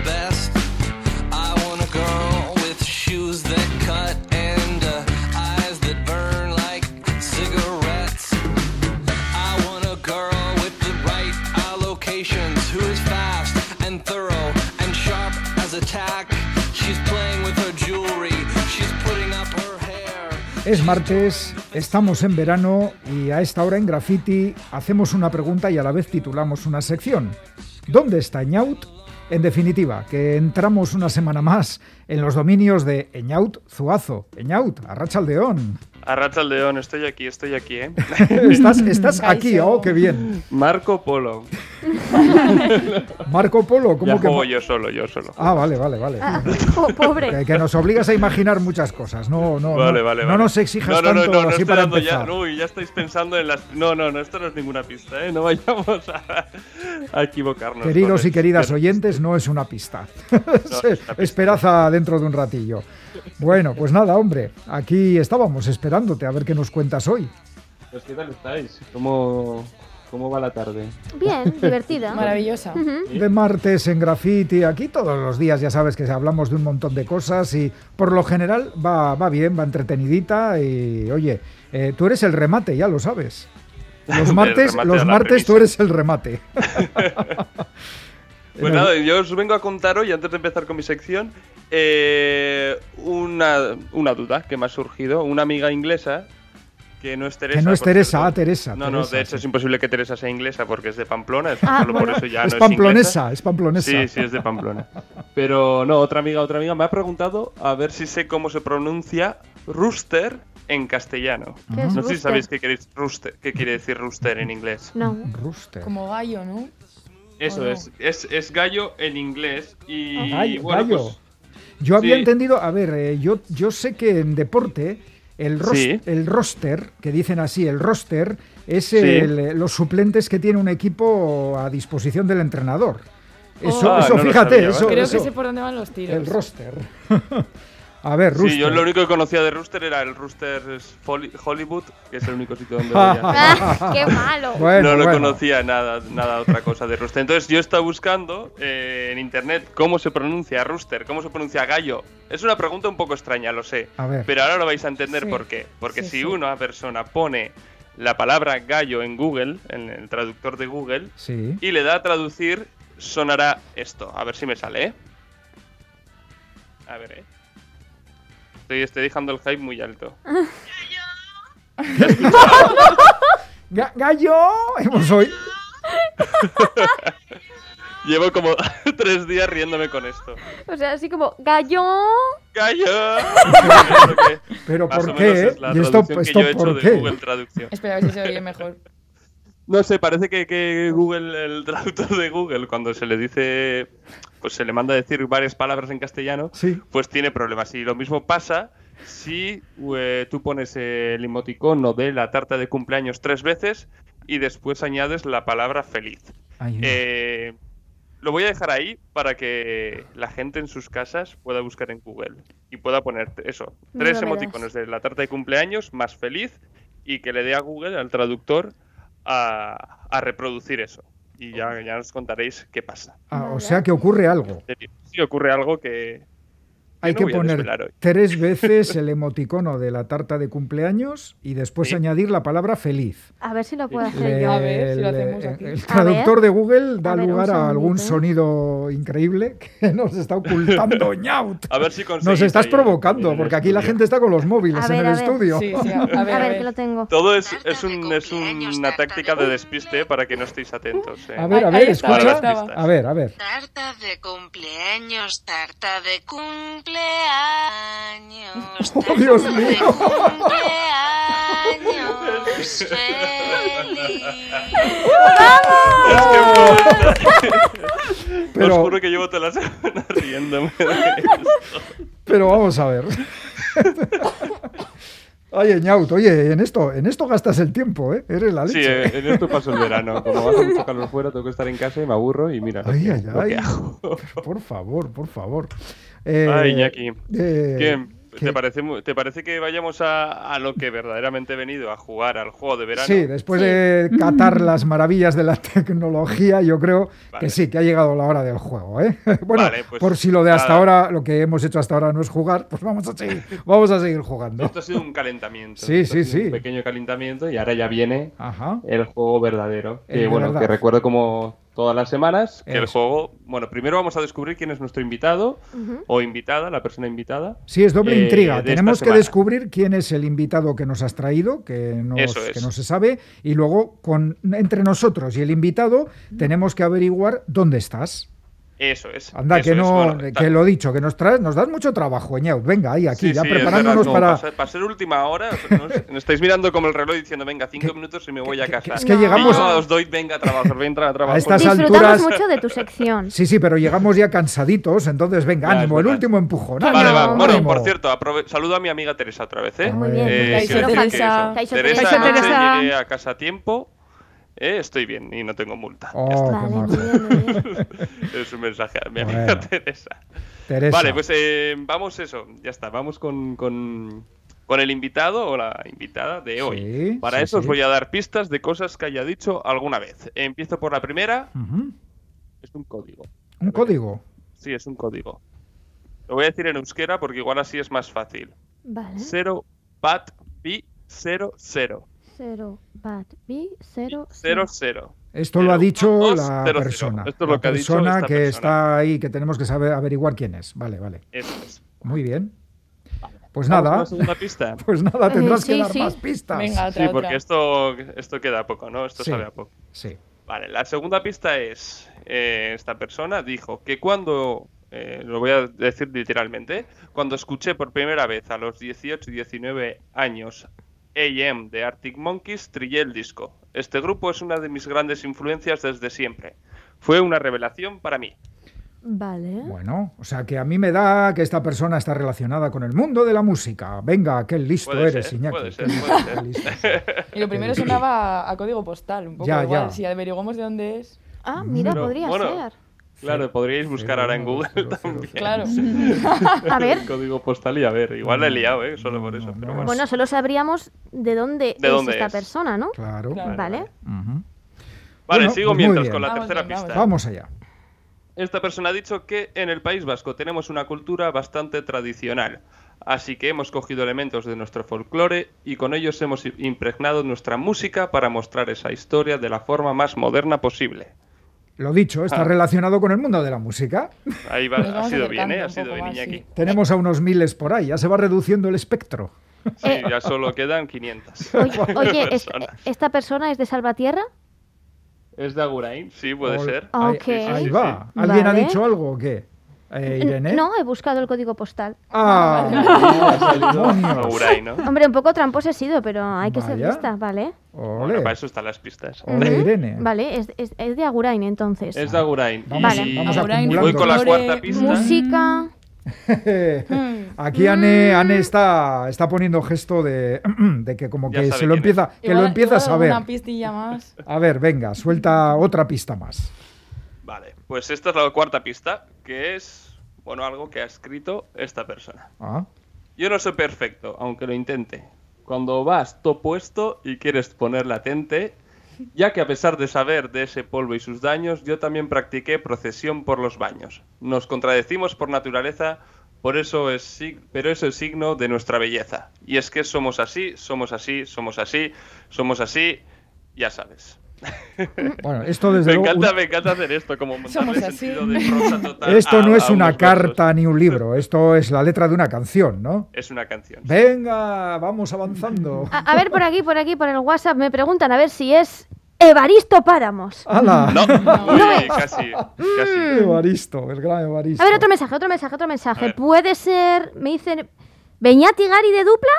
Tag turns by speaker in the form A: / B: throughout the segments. A: uh, who is fast and thorough and sharp as a tack. She's playing with her jewelry. She's putting up her hair.
B: Es martes, estamos en verano y a esta hora en Graffiti hacemos una pregunta y a la vez titulamos una sección. ¿Dónde está Ñaut? En definitiva, que entramos una semana más en los dominios de Eñaut Zuazo. Eñaut, Arrachaldeón.
C: Arracha el león, estoy aquí, estoy aquí, ¿eh?
B: Estás, estás aquí, oh, qué bien.
C: Marco Polo.
B: Marco Polo, ¿cómo
C: Ya
B: que.?
C: juego yo solo, yo solo.
B: Ah, vale, vale, vale.
D: Ah, jo,
B: Que,
D: pobre.
B: que nos obligas a imaginar muchas cosas. No, no,
C: Vale,
B: no,
C: vale,
B: no
C: vale.
B: nos exijas
C: no, no,
B: tanto
C: no, no, no
B: así
C: estoy
B: para
C: dando
B: empezar.
C: ya. Uy, ya estáis pensando en las. No, no, no, esto no es ninguna pista, ¿eh? No vayamos a, a equivocarnos.
B: Queridos y
C: Correcto.
B: queridas oyentes, no es una pista. Esperad a dentro de un ratillo. Bueno, pues nada, hombre, aquí estábamos esperándote a ver qué nos cuentas hoy.
C: Pues, ¿Qué tal estáis? ¿Cómo, ¿Cómo va la tarde?
D: Bien, divertida.
E: Maravillosa.
B: De martes en graffiti, aquí todos los días ya sabes que hablamos de un montón de cosas y por lo general va, va bien, va entretenidita y oye, eh, tú eres el remate, ya lo sabes. Los
C: El
B: martes,
C: remate
B: los
C: a la
B: martes tú
C: premisa.
B: eres el remate.
C: Pues nada, yo os vengo a contar hoy, antes de empezar con mi sección, eh, una, una duda que me ha surgido. Una amiga inglesa, que no es Teresa.
B: no es
C: por
B: Teresa,
C: cierto.
B: ah, Teresa,
C: No, no,
B: Teresa,
C: de hecho
B: sí.
C: es imposible que Teresa sea inglesa porque es de Pamplona, es-
D: Ah,
C: solo
D: bueno.
C: por eso ya
B: es
C: no
B: pamplonesa, es
C: inglesa.
B: pamplonesa.
C: Sí, sí, es de Pamplona. Pero no, otra amiga, otra amiga me ha preguntado a ver si sé cómo se pronuncia rooster en castellano.
D: ¿Qué
C: no
D: es
C: sé si
D: rooster?
C: sabéis qué, queréis rooster- qué quiere decir rooster en inglés.
D: No.
B: Rooster.
E: Como gallo, ¿no?
C: Eso
E: Oh, no.
C: es, es, es gallo en inglés
E: Ah.
C: y
B: Gallo,
C: bueno,
B: gallo.
C: pues
B: Yo había
C: sí.
B: entendido, a ver, eh, yo, yo sé que en deporte el, ros-
C: Sí.
B: el roster, que dicen así, el roster, es
C: Sí.
B: el, eh, los suplentes que tiene un equipo a disposición del entrenador. Eso,
C: Ah,
B: eso
C: no lo
B: fíjate,
C: sabía,
B: eso,
C: vale.
E: Creo
B: eso,
E: que sé por dónde van los tiros.
B: el roster. a ver,
C: Sí,
B: roster.
C: yo lo único que conocía de Rooster era el Rooster Hollywood, que es el único sitio donde veía.
D: Ah, ¡Qué malo!
B: Bueno,
C: no lo
B: bueno.
C: conocía nada, nada otra cosa de Rooster. Entonces yo estaba buscando eh, en internet cómo se pronuncia Rooster, cómo se pronuncia gallo. Es una pregunta un poco extraña, lo sé.
B: A ver.
C: Pero ahora lo vais a entender
E: Sí,
C: por qué. Porque
E: sí,
C: si
E: sí.
C: una persona pone la palabra gallo en Google, en el traductor de Google,
B: Sí.
C: y le da a traducir, sonará esto. A ver si me sale, ¿eh? A ver, ¿eh? Estoy, estoy dejando el hype muy alto.
B: Ga- ¡Gallo! Hemos oído.
C: Llevo como tres días riéndome con esto.
D: O sea, así como, gallón.
C: ¡Gallo!
B: Pero
C: Más
B: ¿por
C: o menos
B: qué? eh?
C: es la
B: ¿Y esto,
C: traducción que
B: esto
C: yo he hecho
B: por
C: de
B: qué?
C: Google Traducción.
E: Espera, a ver si se oye mejor.
C: No sé, parece que, que Google, el traductor de Google, cuando se le dice, pues se le manda a decir varias palabras en castellano,
B: Sí.
C: pues tiene problemas. Y lo mismo pasa si eh, tú pones eh, el emoticono de la tarta de cumpleaños tres veces y después añades la palabra feliz.
B: Ay,
C: Eh, lo voy a dejar ahí para que la gente en sus casas pueda buscar en Google y pueda poner eso,
D: No
C: tres
D: lo verás.
C: emoticonos de la tarta de cumpleaños más feliz y que le dé a Google, al traductor, a, a reproducir eso. Y ya, ya os contaréis qué pasa.
B: ah, o
D: vale.
B: sea que ocurre algo.
C: Si ocurre algo que...
B: Hay
C: no
B: que
C: voy a desvelar
B: poner
C: hoy.
B: tres veces el emoticono de la tarta de cumpleaños y después
C: Sí.
B: añadir la palabra feliz.
D: A ver si lo puedo hacer
B: Le-
D: yo.
E: A ver si lo
B: el- eh,
E: hacemos aquí.
B: El
E: A
B: traductor de Google da
D: A ver, un
B: lugar a algún
D: segundito.
B: sonido increíble que nos está ocultando ñaut.
C: A ver si conseguís
B: Nos estás
C: ahí-
B: provocando,
C: en el
B: porque aquí la
C: estudio.
B: gente está con los móviles
D: A ver,
B: en
D: a
B: el
D: ver.
B: estudio.
E: Sí, sí, a, a ver, a ver.
D: que lo tengo.
C: Todo es, es, un, es una táctica de despiste para que no estéis atentos. eh.
B: A ver, a
E: Ahí-
B: ver,
E: ahí estaba,
B: escucha.
C: ahí estaba.
B: A ver, a ver.
F: Tarta de cumpleaños, tarta de cumpleaños.
B: Oh,
F: tarta
B: Dios
F: de
B: mío.
F: Cumpleaños feliz.
B: Pero-
C: Os juro que llevo toda la semana riéndome. de
B: Pero vamos a ver. Oye, ñaut, oye, en esto, en esto gastas el tiempo, ¿eh? Eres la
C: Sí,
B: leche.
C: eh, en esto paso el verano. Como hace mucho calor fuera, tengo que estar en casa y me aburro y mira. lo
B: Ay,
C: que-
B: ay,
C: lo
B: ay.
C: que hago.
B: Pero Por favor, por favor. Eh,
C: Ay, Iñaki.
B: eh,
C: ¿Qué?
B: que-
C: ¿Te parece, mu- ¿Te parece que vayamos a, a lo que verdaderamente he venido? A jugar al juego de verano.
B: Sí, después
D: Sí.
B: de catar las maravillas de la tecnología, yo creo
C: Vale.
B: que sí, que ha llegado la hora del juego. ¿eh? Bueno,
C: Vale, pues
B: por si lo de hasta
C: nada.
B: ahora, lo que hemos hecho hasta ahora no es jugar, pues vamos a seguir, vamos a seguir jugando.
C: Esto ha sido un calentamiento.
B: Sí,
C: Esto
B: sí,
C: ha sido
B: sí.
C: Un pequeño calentamiento y ahora ya viene
B: Ajá.
C: el juego verdadero.
B: El
C: Que
B: de
C: bueno,
B: verdad.
C: que recuerdo como todas las semanas. Que el
B: Eso.
C: juego. Bueno, primero vamos a descubrir quién es nuestro invitado
D: Ujú.
C: o invitada, la persona invitada.
B: Sí, es doble
C: eh, de
B: intriga.
C: esta
B: Tenemos que
C: semana.
B: descubrir quién es el invitado que nos has traído, que, nos-
C: Eso es.
B: que no se sabe, y luego con, entre nosotros y el invitado
D: Mm.
B: tenemos que averiguar dónde estás.
C: Eso es.
B: Anda,
C: eso
B: que
C: es,
B: no,
C: bueno, está-
B: que lo dicho, que nos traes, nos das mucho trabajo, Ñaut. Venga, ahí aquí,
C: Sí,
B: ya
C: sí, es
B: preparándonos
C: verdad, no,
B: para.
C: Para, ser, para ser última hora, o sea, no, es- no estáis mirando como el reloj diciendo, venga, cinco
B: Que-
C: minutos y me voy a
B: que-
C: casa.
B: que- es que
C: Y
B: llegamos-
C: yo os doy, venga, a trabajar, venga, a trabajar.
B: estas
D: Disfrutamos
B: alturas-
D: mucho de tu sección.
B: Sí, sí, pero llegamos ya cansaditos, entonces venga,
C: Ya, es
B: ánimo, el
C: verdad.
B: último empujón.
D: Vale,
C: Vale,
D: No,
C: va.
D: no,
C: Bueno,
B: ánimo.
C: por cierto, aprove- saludo a mi amiga Teresa otra vez, ¿eh?
B: Ah,
D: Muy bien.
C: Eh,
E: Teresa.
C: quiero decir que
E: Teresa.
C: eso,
D: Teresa,
C: Teresa,
D: Teresa.
C: anoche
G: Teresa.
C: llegué a casa a tiempo. eh, estoy bien y no tengo multa.
B: Oh, qué
D: Vale, muy
B: majo.
D: bien, muy bien.
C: Es un mensaje a mi
B: Bueno.
C: amiga Teresa.
B: Teresa.
C: Vale, pues eh, vamos eso, ya está, vamos con, con, con el invitado o la invitada de hoy.
B: Sí,
C: eh, Para
B: sí,
C: eso os
B: sí.
C: voy a dar pistas de cosas que haya dicho alguna vez. Empiezo por la primera,
B: Ujú.
C: es un código.
B: Un código.
C: Sí, es un código. Lo voy a decir en euskera porque igual así es más fácil.
D: Vale.
C: 0 bat bi 0 0
D: Cero, bat, bi, cero,
C: 0 0.
B: Esto
C: Cero,
B: lo ha dicho
C: uno, dos,
B: la
C: cero, cero.
B: persona.
C: Esto es
B: la
C: lo que ha dicho
B: persona
C: esta
B: que
C: persona.
B: está ahí, que tenemos que saber averiguar quién es. Vale, vale.
C: Eso es.
B: Muy bien. Pues
C: Vamos con
B: nada,
C: La segunda pista.
B: pues nada, tendrás que
G: sí,
B: dar
G: sí.
B: más pistas.
E: Venga, otra,
C: sí, porque
E: otra.
C: esto, esto queda poco, ¿no? Esto
B: Sí.
C: sabe a poco.
B: Sí.
C: Vale, la segunda pista es, eh, esta persona dijo que cuando, eh, lo voy a decir literalmente, cuando escuché por primera vez a los 18 y 19 años AM de Arctic Monkeys, trillé el disco. Este grupo es una de mis grandes influencias desde siempre. Fue una revelación para mí.
D: Vale.
B: Bueno, o sea que a mí me da que esta persona está relacionada con el mundo de la música. Venga, qué listo
C: Puede
B: eres,
C: ser,
B: Iñaki.
C: puede ser,
B: qué listo,
C: puede ser.
B: qué listo, sí.
E: Y lo primero sonaba a- a código postal, un poco.
B: Ya, ya.
E: igual, Si averiguamos de dónde es.
D: Ah, mira,
B: Pero,
D: podría
C: bueno.
D: ser.
C: Claro, podríais buscar ahora en
B: Cero,
C: Google
B: cero, cero,
C: también.
B: cero.
E: Claro.
D: A ver.
C: El código postal y a ver, igual la he liado, ¿eh? Solo por
B: No,
C: eso.
B: no,
C: pero
B: no.
C: bueno.
D: Bueno, solo sabríamos de dónde
C: ¿De
D: es
C: dónde
D: esta
C: es?
D: persona, ¿no?
B: Claro.
E: Claro.
D: Vale.
B: Ujú.
C: Vale,
B: Bueno, pues
C: sigo
B: muy
C: mientras
B: bien.
C: con la
E: Vamos
C: tercera
E: bien, vamos
C: pista.
E: bien.
B: Vamos allá.
C: Esta persona ha dicho que en el País Vasco tenemos una cultura bastante tradicional, así que hemos cogido elementos de nuestro folclore y con ellos hemos i- impregnado nuestra música para mostrar esa historia de la forma más moderna posible.
B: Lo dicho, está
C: Ah.
B: relacionado con el mundo de la música.
C: Ahí va,
E: Nos
C: ha
E: vamos
C: sido bien,
E: acercando
C: ¿eh? Ha
E: un
C: sido
E: poco
C: bien,
E: más,
C: Iñaki.
E: sí.
B: Tenemos a unos miles por ahí, ya se va reduciendo el espectro.
C: Sí,
D: Eh,
C: ya solo quedan 500.
D: Oye, oye, es-
C: Personas.
D: ¿esta persona es de Salvatierra?
C: ¿Es de Agurain? Sí, puede
B: Ol-
C: ser.
D: Ah,
B: Ahí,
D: ok. Sí, sí,
B: eh, ahí
C: sí,
B: va.
D: sí.
B: ¿Alguien
D: Vale.
B: ha dicho algo o qué? Eh,
D: N-
B: Irene.
D: No, he buscado el código postal.
B: Ah, demonios.
C: Agurain, ¿no?
D: Hombre, un poco tramposo he sido, pero hay que ser
B: Vaya.
D: lista, ¿vale?
B: Ole.
C: Bueno, para eso están las pistas.
B: Ole,
D: Ujú.
B: Irene.
D: Vale, es, es- es de Agurain entonces.
C: Es de Agurain.
B: Vamos,
D: Vale.
B: vamos
E: Agurain,
B: acumulando.
C: Voy con la
E: folclore,
C: cuarta pista.
D: Música. Mm.
B: Aquí Ane, Ane está, está poniendo gesto de, de que como
C: Ya
B: que
C: sabe
B: se lo
C: quién es.
B: empieza, que lo
E: Igual-
B: empieza a
E: igual
B: saber.
E: Una pistilla más.
B: A ver, venga, suelta otra pista más.
C: Vale, pues esta es la cuarta pista, que es, bueno, algo que ha escrito esta persona.
B: Ah,
C: Yo no soy perfecto, aunque lo intente. Cuando vas topuesto y quieres poner latente, ya que a pesar de saber de ese polvo y sus daños, yo también practiqué procesión por los baños. Nos contradecimos por naturaleza, por eso es sig- pero eso es signo de nuestra belleza. Y es que somos así, somos así, somos así, somos así, ya sabes.
B: bueno, esto desde
C: Me
B: luego,
C: encanta,
B: un-
C: me encanta hacer esto, como montarle
E: Somos así.
C: sentido de prosa total
B: esto
C: a-
B: no
C: a
B: es una
C: unos versos.
B: carta ni un libro, esto es la letra de una canción, ¿no?
C: Es una canción.
B: Venga, vamos avanzando.
D: A, a ver, por aquí, por aquí, por el WhatsApp me preguntan a ver si es Evaristo Páramos.
B: ¡Hala!
C: No, uy,
D: No me-
C: casi, casi.
B: Evaristo, el gran Evaristo.
D: A ver, otro mensaje, otro mensaje, otro mensaje.
C: ver.
D: Puede ser, me dicen, ¿Beñati Gari de dupla?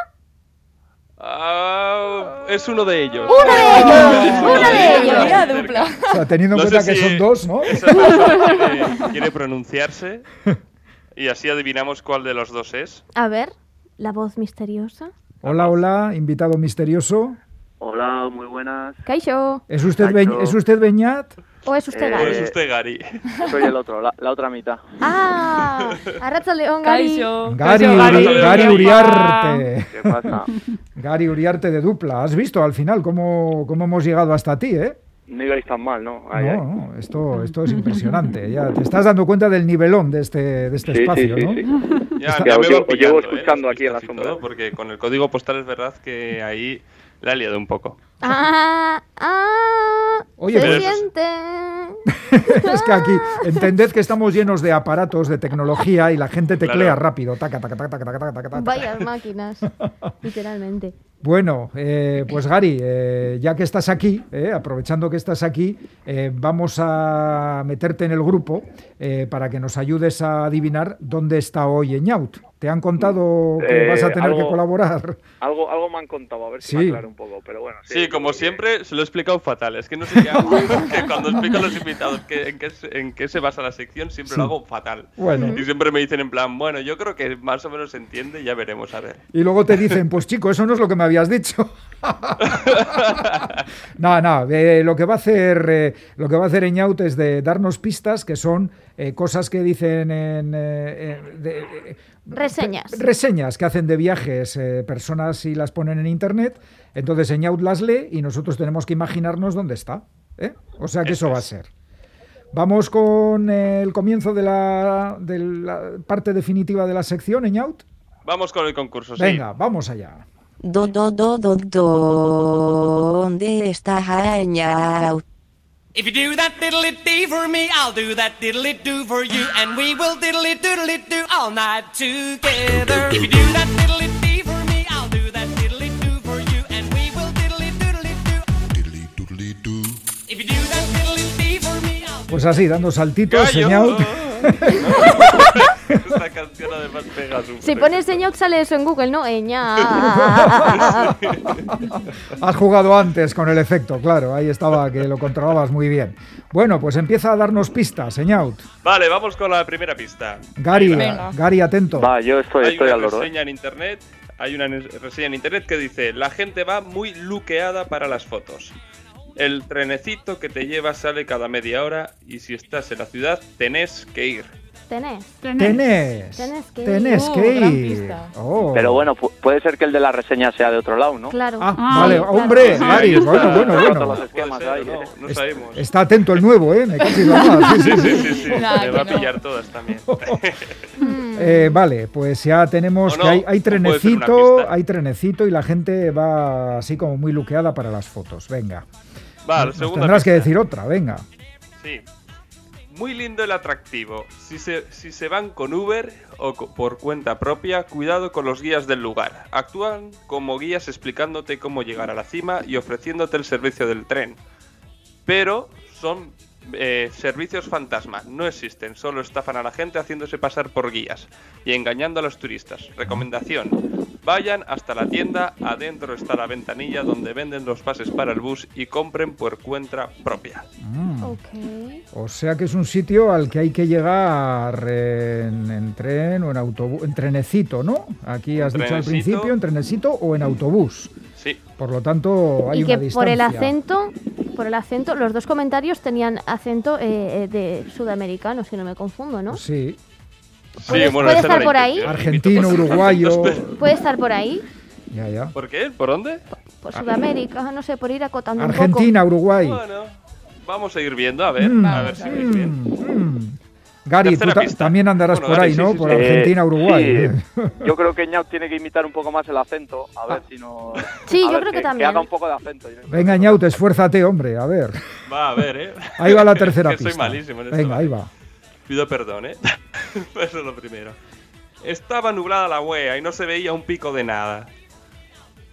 C: Ah, es uno de ellos.
D: ¡Uno de ellos!
C: Uno
D: ¡Uno de
C: de
D: ellos!
E: Mira, dupla.
B: O sea, teniendo en
C: No sé
B: cuenta que
C: si-
B: son dos, ¿no?
C: Esa persona quiere- quiere pronunciarse y así adivinamos cuál de los dos es.
D: A ver, la voz misteriosa.
B: Hola, hola, invitado misterioso.
H: Hola, muy buenas.
D: Kaixo,
B: ¿Es usted, Beñ-
H: Nacho.
B: ¿Es usted Beñat?
D: ¿o es usted
H: Eh,
C: ¿O
D: Gari?
C: es usted Gary?
H: Soy el otro, la, la otra mitad.
D: ¡Ah! Arracha León Gari.
E: Kaixo.
B: Gary,
E: Kaixo,
B: Uri-
C: Gari.
B: Gari
E: Opa.
B: Uriarte.
H: ¿Qué pasa?
B: Gary Uriarte de dupla. ¿Has visto al final cómo, cómo hemos llegado hasta ti, eh?
H: No ibais tan mal, ¿no? ¿eh? Ay, ay.
B: No, no, esto, esto es impresionante. Ya te estás dando cuenta del nivelón de este, de este
H: Sí,
B: espacio,
H: sí, sí,
B: ¿no?
H: sí.
C: Ya,
H: Ya, os
C: me van
H: llevo- os llevo
C: pillando, ¿eh?
H: escuchando
C: Las
H: aquí en la
C: pistas y
H: sombra.
C: todo, Porque con el código postal es verdad que ahí La he liado un poco.
D: Ah, ah,
B: Oye, pues,
D: se
C: pero-
D: siente.
B: es que aquí, entended que estamos llenos de aparatos, de tecnología y la gente teclea
C: Claro.
B: rápido. Taca, taca, taca, taca, taca, taca, taca, taca.
D: Vaya máquinas, literalmente.
B: Bueno, eh, pues Gary, eh, ya que estás aquí, eh, aprovechando que estás aquí, eh, vamos a meterte en el grupo eh, para que nos ayudes a adivinar dónde está hoy Eñaut. ¿Te han contado que
H: Eh,
B: vas a tener que
H: algo-
B: colaborar?
H: Algo, algo me han contado, a ver si
B: Sí.
H: me aclaro un poco, pero bueno.
C: Sí, como
H: creo que-
C: siempre, se lo he explicado fatal. Es que no sé qué hago. porque cuando explico a los invitados que, en, qué, se- en qué se basa la sección, siempre
B: Sí.
C: lo hago fatal.
B: Bueno,
C: Y siempre me dicen en plan, bueno, yo creo que más o menos se entiende, ya veremos, a ver.
B: y luego te dicen, pues chico, eso no es lo que me habías dicho. No, no, eh, lo que va a hacer eh, lo que va a hacer Eñaut es de darnos pistas que son eh, cosas que dicen en, eh, eh, de- eh,
D: Reseñas.
B: pe- reseñas que hacen de viajes eh, personas y las ponen en internet. Entonces Eñaut las lee y nosotros tenemos que imaginarnos dónde está. ¿eh? O sea que eso
C: Eso
B: va a
C: es.
B: ser. Vamos con eh, el comienzo de la, de la parte definitiva de la sección, Eñaut.
C: Vamos con el concurso, sí.
B: Venga, vamos allá.
G: Do, do, do, do, ¿Dónde está Jañau?
A: If you do that diddly dee for me, I'll do that diddly do for you, and we will diddly doodly do all night together. If you do that diddly dee for me, I'll do that diddly do for you, and we will diddly doodly do. If you do that diddly dee for me, I'll
B: Pues así, dando saltitos,
C: Gallo.
B: Eñaut.
C: Esta canción además pega su
D: Si pones Eñaut sale eso en Google, ¿no? Eñaut.
B: Has jugado antes con el efecto, claro, ahí estaba que lo controlabas muy bien. Bueno, pues empieza a darnos pistas, Eñaut.
C: Vale, vamos con la primera pista.
B: Gary,
E: Venga.
B: Gary, atento.
H: Va, yo estoy,
C: hay
H: estoy
C: una
H: al loro. ¿eh?
C: reseña en internet, hay una nes- reseña en internet que dice, "La gente va muy luqueada para las fotos. El trenecito que te lleva sale cada media hora y si estás en la ciudad tenés que ir."
D: Tenés.
B: Tenés.
D: Tenés que ir.
B: tenés
E: Uh,
B: que
E: gran
B: ir.
E: pista.
B: Oh.
H: Pero bueno, pu- puede ser que el de la reseña sea de otro lado, ¿no?
D: Claro.
B: Ah,
I: Ah,
B: vale,
D: claro.
B: hombre,
D: Sí,
B: Gary,
C: ahí Pues está.
B: bueno, bueno,
H: Roto
B: bueno.
H: los esquemas
C: Puede ser
H: ahí,
C: o
H: ¿eh?
C: no, no sabemos.
B: Está atento el nuevo, ¿eh? Me cago en la mar, sí, sí,
C: Sí,
B: sí.
C: sí, sí, sí.
E: Nah,
C: Te va a
E: que no.
C: pillar todas también.
D: Mm.
B: Eh, vale, pues ya tenemos
C: O no,
B: que hay, hay
C: o puede ser una
B: trenecito,
C: pista.
B: hay trenecito y la gente va así como muy luqueada para las fotos. Venga,
C: Va, Ah, la
B: Nos
C: segunda
B: tendrás que
C: pista.
B: decir otra, venga.
C: Sí. Muy lindo el atractivo. Si se, si se van con Uber o co- por cuenta propia, cuidado con los guías del lugar. Actúan como guías explicándote cómo llegar a la cima y ofreciéndote el servicio del tren. Pero son eh, servicios fantasma, no existen, solo estafan a la gente haciéndose pasar por guías y engañando a los turistas. Recomendación. Vayan hasta la tienda, adentro está la ventanilla donde venden los pases para el bus y compren por cuenta propia.
B: Mm.
D: Ok.
B: O sea que es un sitio al que hay que llegar en, en tren o en autobús, en trenecito, ¿no? Aquí has dicho al
C: trenecito.
B: principio, en trenecito o en autobús.
C: Sí,
B: Por lo tanto, hay
D: Y
B: una
D: que por el
B: distancia.
D: acento, por el acento, los dos comentarios tenían acento eh, eh, de sudamericano, si no me confundo, ¿no?
B: Sí,
C: Sí,
D: ¿Puede-
C: bueno,
D: puede
C: esa era
D: estar
C: la
D: por
C: intención.
B: argentino, uruguayo.
D: Puede estar por ahí,
B: Ya, ya.
C: ¿Por qué? ¿Por dónde?
D: por Sudamérica, no sé, por ir acotando un poco.
B: Ah. Argentina, Uruguay.
C: Bueno, vamos a ir viendo, a ver, a ver si vais bien.
B: Mm, mm. Gary, tú
C: Tercera
B: ta-
C: pista.
B: también andarás
C: Bueno,
B: por
C: Gary,
B: ahí,
C: sí,
B: ¿no?
C: sí,
B: por
C: sí.
B: Argentina,
H: Eh,
B: Uruguay.
H: sí. Yo creo que Ñau tiene que imitar un poco más el acento, a ver si no...
D: Sí,
H: a
D: yo
H: ver,
D: creo que
H: Que
D: también.
H: haga un poco de acento. yo creo.
B: Venga, Ñaut, esfuérzate, hombre. A ver,
C: Va a ver, ¿eh?
B: ahí va la tercera
C: que
B: pista.
C: Soy malísimo en esto. ¿eh?
B: Venga, ahí va.
C: Pido perdón, ¿eh? Eso es lo primero. Estaba nublada la wea y no se veía un pico de nada.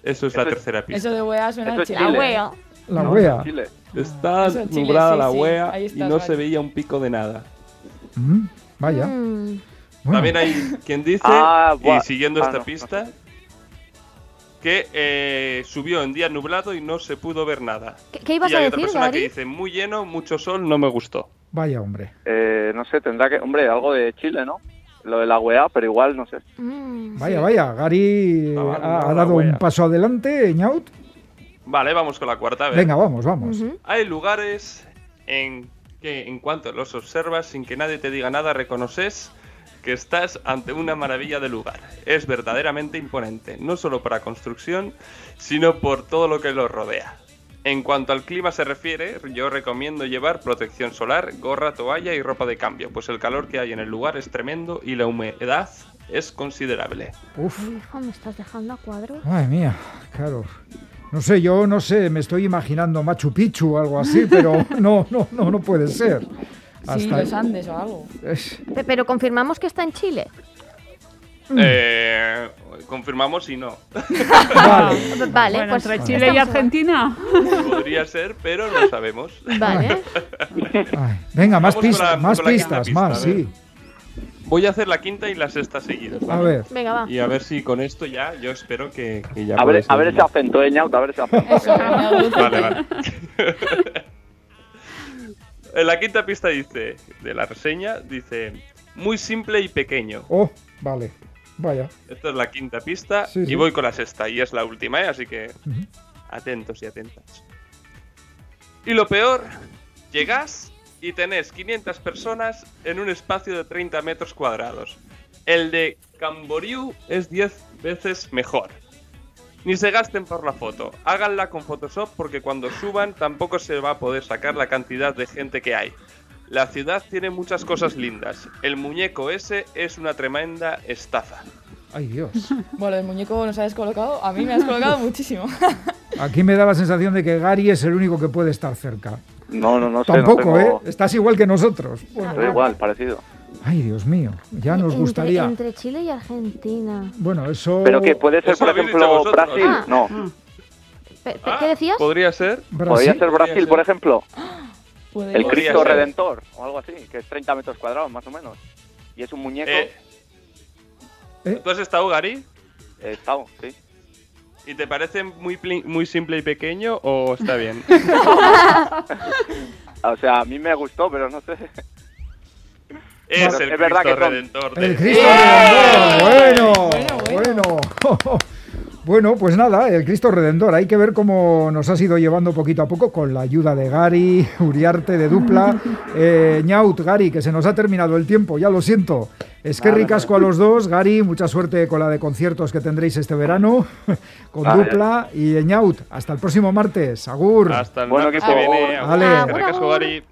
C: Eso es la
H: Eso es-
C: tercera pista.
E: Eso de weas suena
H: Eso es
E: chi-
H: Chile.
D: Ah,
E: a wea.
B: La
H: No,
B: wea.
H: Chile.
C: Está
E: Eso es Chile,
C: nublada
E: sí,
C: la
E: sí,
C: wea
E: ahí
C: y
E: estás,
C: no
E: vale.
C: se veía un pico de nada.
B: Mm, vaya.
D: Mm,
B: Bueno.
C: También hay quien dice,
H: Ah, buah.
C: y siguiendo
H: Ah,
C: esta
H: no, no sé.
C: pista, que eh, subió en día nublado y no se pudo ver nada.
D: ¿Qué, qué ibas
C: y
D: a
C: hay otra
D: decir,
C: persona que
D: Gary?
C: dice, muy lleno, mucho sol, no me gustó.
B: Vaya, hombre.
H: Eh, no sé, tendrá que... Hombre, algo de Chile, ¿no? Lo de la UEA, pero igual, no sé.
D: Mm.
B: Vaya, vaya. Gary
C: Ah,
B: ha,
C: vale,
B: ha
C: vale,
B: dado
C: vaya.
B: un paso adelante, Ñaut.
C: Vale, vamos con la cuarta. a ver.
B: Venga, vamos, vamos.
D: Ujú.
C: Hay lugares en que en cuanto los observas sin que nadie te diga nada reconoces que estás ante una maravilla de lugar. Es verdaderamente imponente, no solo para construcción, sino por todo lo que lo rodea. En cuanto al clima se refiere, yo recomiendo llevar protección solar, gorra, toalla y ropa de cambio, pues el calor que hay en el lugar es tremendo y la humedad es considerable.
B: Uf,
D: Ay, hija, me estás dejando a cuadro.
B: madre mía, claro. No sé, yo no sé, me estoy imaginando Machu Picchu o algo así, pero no, no, no, no puede ser.
E: Sí,
B: Hasta-
E: los Andes o algo.
B: es-
D: Pe- Pero confirmamos que está en Chile.
C: Eh, confirmamos si no.
B: vale.
D: Vale,
I: bueno,
D: pues
I: entre Chile y
D: estamos igual.
I: Argentina.
C: Podría ser, pero no sabemos.
D: Vale.
B: Ay, venga, más,
C: Vamos con
B: pistas,
C: la-
B: más
C: con la quinta
B: pistas,
C: pista,
B: más,
C: a ver.
B: sí.
C: Voy a hacer la quinta y la sexta seguidas.
B: A
C: ¿vale?
B: ver,
D: Venga, va.
C: Y a ver si con esto ya, yo espero que, que ya.
H: A ver,
C: puedes
H: a ver ese
C: adivinar.
H: acento, eh, Ñaut, a ver ese acento.
E: Eso, que me agudo.
C: Vale, vale. en la quinta pista dice, de la reseña, dice, muy simple y pequeño.
B: oh, vale, vaya.
C: Esta es la quinta pista
B: Sí,
C: y
B: sí.
C: voy con la sexta y es la última, ¿eh? así que
B: Ujú.
C: atentos y atentas. Y lo peor, llegás y tenés 500 personas en un espacio de 30 metros cuadrados. El de Camboriú es 10 veces mejor. Ni se gasten por la foto, háganla con Photoshop porque cuando suban tampoco se va a poder sacar la cantidad de gente que hay. La ciudad tiene muchas cosas lindas. El muñeco ese es una tremenda estafa.
B: Ay, Dios.
E: Bueno, el muñeco nos ha descolocado. A mí me has colocado muchísimo.
B: Aquí me da la sensación de que Gary es el único que puede estar cerca.
H: No, no, no sé.
B: Tampoco,
H: no
B: ¿eh?
H: tengo-
B: Estás igual que nosotros. Bueno,
H: Pero igual, parecido.
B: ay, Dios mío, ya nos
D: Entre-
B: gustaría.
D: Entre, Chile y Argentina.
B: Bueno, eso.
H: Pero que puede ser,
C: Eso
H: por
C: lo habéis
H: ejemplo,
C: dicho vosotros.
H: Brasil.
D: Ah.
H: No.
B: Mm.
D: Pe- pe- ¿Qué decías?
C: ¿Podría ser?
H: Podría
B: Brasil-
H: ser Brasil,
C: ser.
H: por ejemplo.
E: Puede-
H: El
C: Podría
H: Cristo
C: ser.
H: Redentor o algo así, que es 30 metros cuadrados más o menos. Y es un muñeco.
C: Eh,
B: ¿Eh?
C: ¿Tú has estado, Gary?
H: eh, Estado, sí.
C: ¿Y te parece muy, pli- muy simple y pequeño o está bien?
H: O sea, a mí me gustó, pero no sé.
C: es
H: Bueno,
C: el
H: es verdad
C: Cristo
H: que son-
C: Redentor. de-
B: El Cristo
H: ¡Eh!
B: Redentor. Bueno, bueno. Bueno. pues nada, el Cristo Redentor. Hay que ver cómo nos has ido llevando poquito a poco con la ayuda de Gary, Uriarte de dupla, eh, Ñaut, Gary, que se nos ha terminado el tiempo, ya lo siento. Es que
H: Nada,
B: ricasco a los dos, Gary, mucha suerte con la de conciertos que tendréis este verano, con
H: Vale.
B: dupla y eh, Ñaut. Hasta el próximo martes, Agur.
C: Hasta el
H: Bueno,
C: martes
H: equipo.
C: que viene.
B: Vale.
C: Gracias, Gary.